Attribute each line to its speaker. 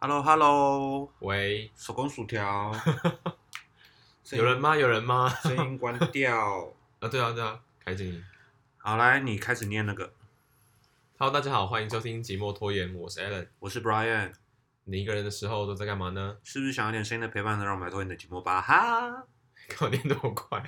Speaker 1: Hello Hello，
Speaker 2: 喂，
Speaker 1: 手工薯 条，声音
Speaker 2: 有人？吗？有人吗？
Speaker 1: 声音关 掉。
Speaker 2: 啊，对啊，对啊，开镜。
Speaker 1: 好，来，你开始念那个。
Speaker 2: Hello，大家好，欢迎收听《寂寞拖延》，我是 Alan。
Speaker 1: 我是 Brian，
Speaker 2: 你一个人的时候都在干嘛呢？
Speaker 1: 是不是想要点声音的陪伴，能让我们摆脱你的寂寞吧？哈，
Speaker 2: 给我念那么快，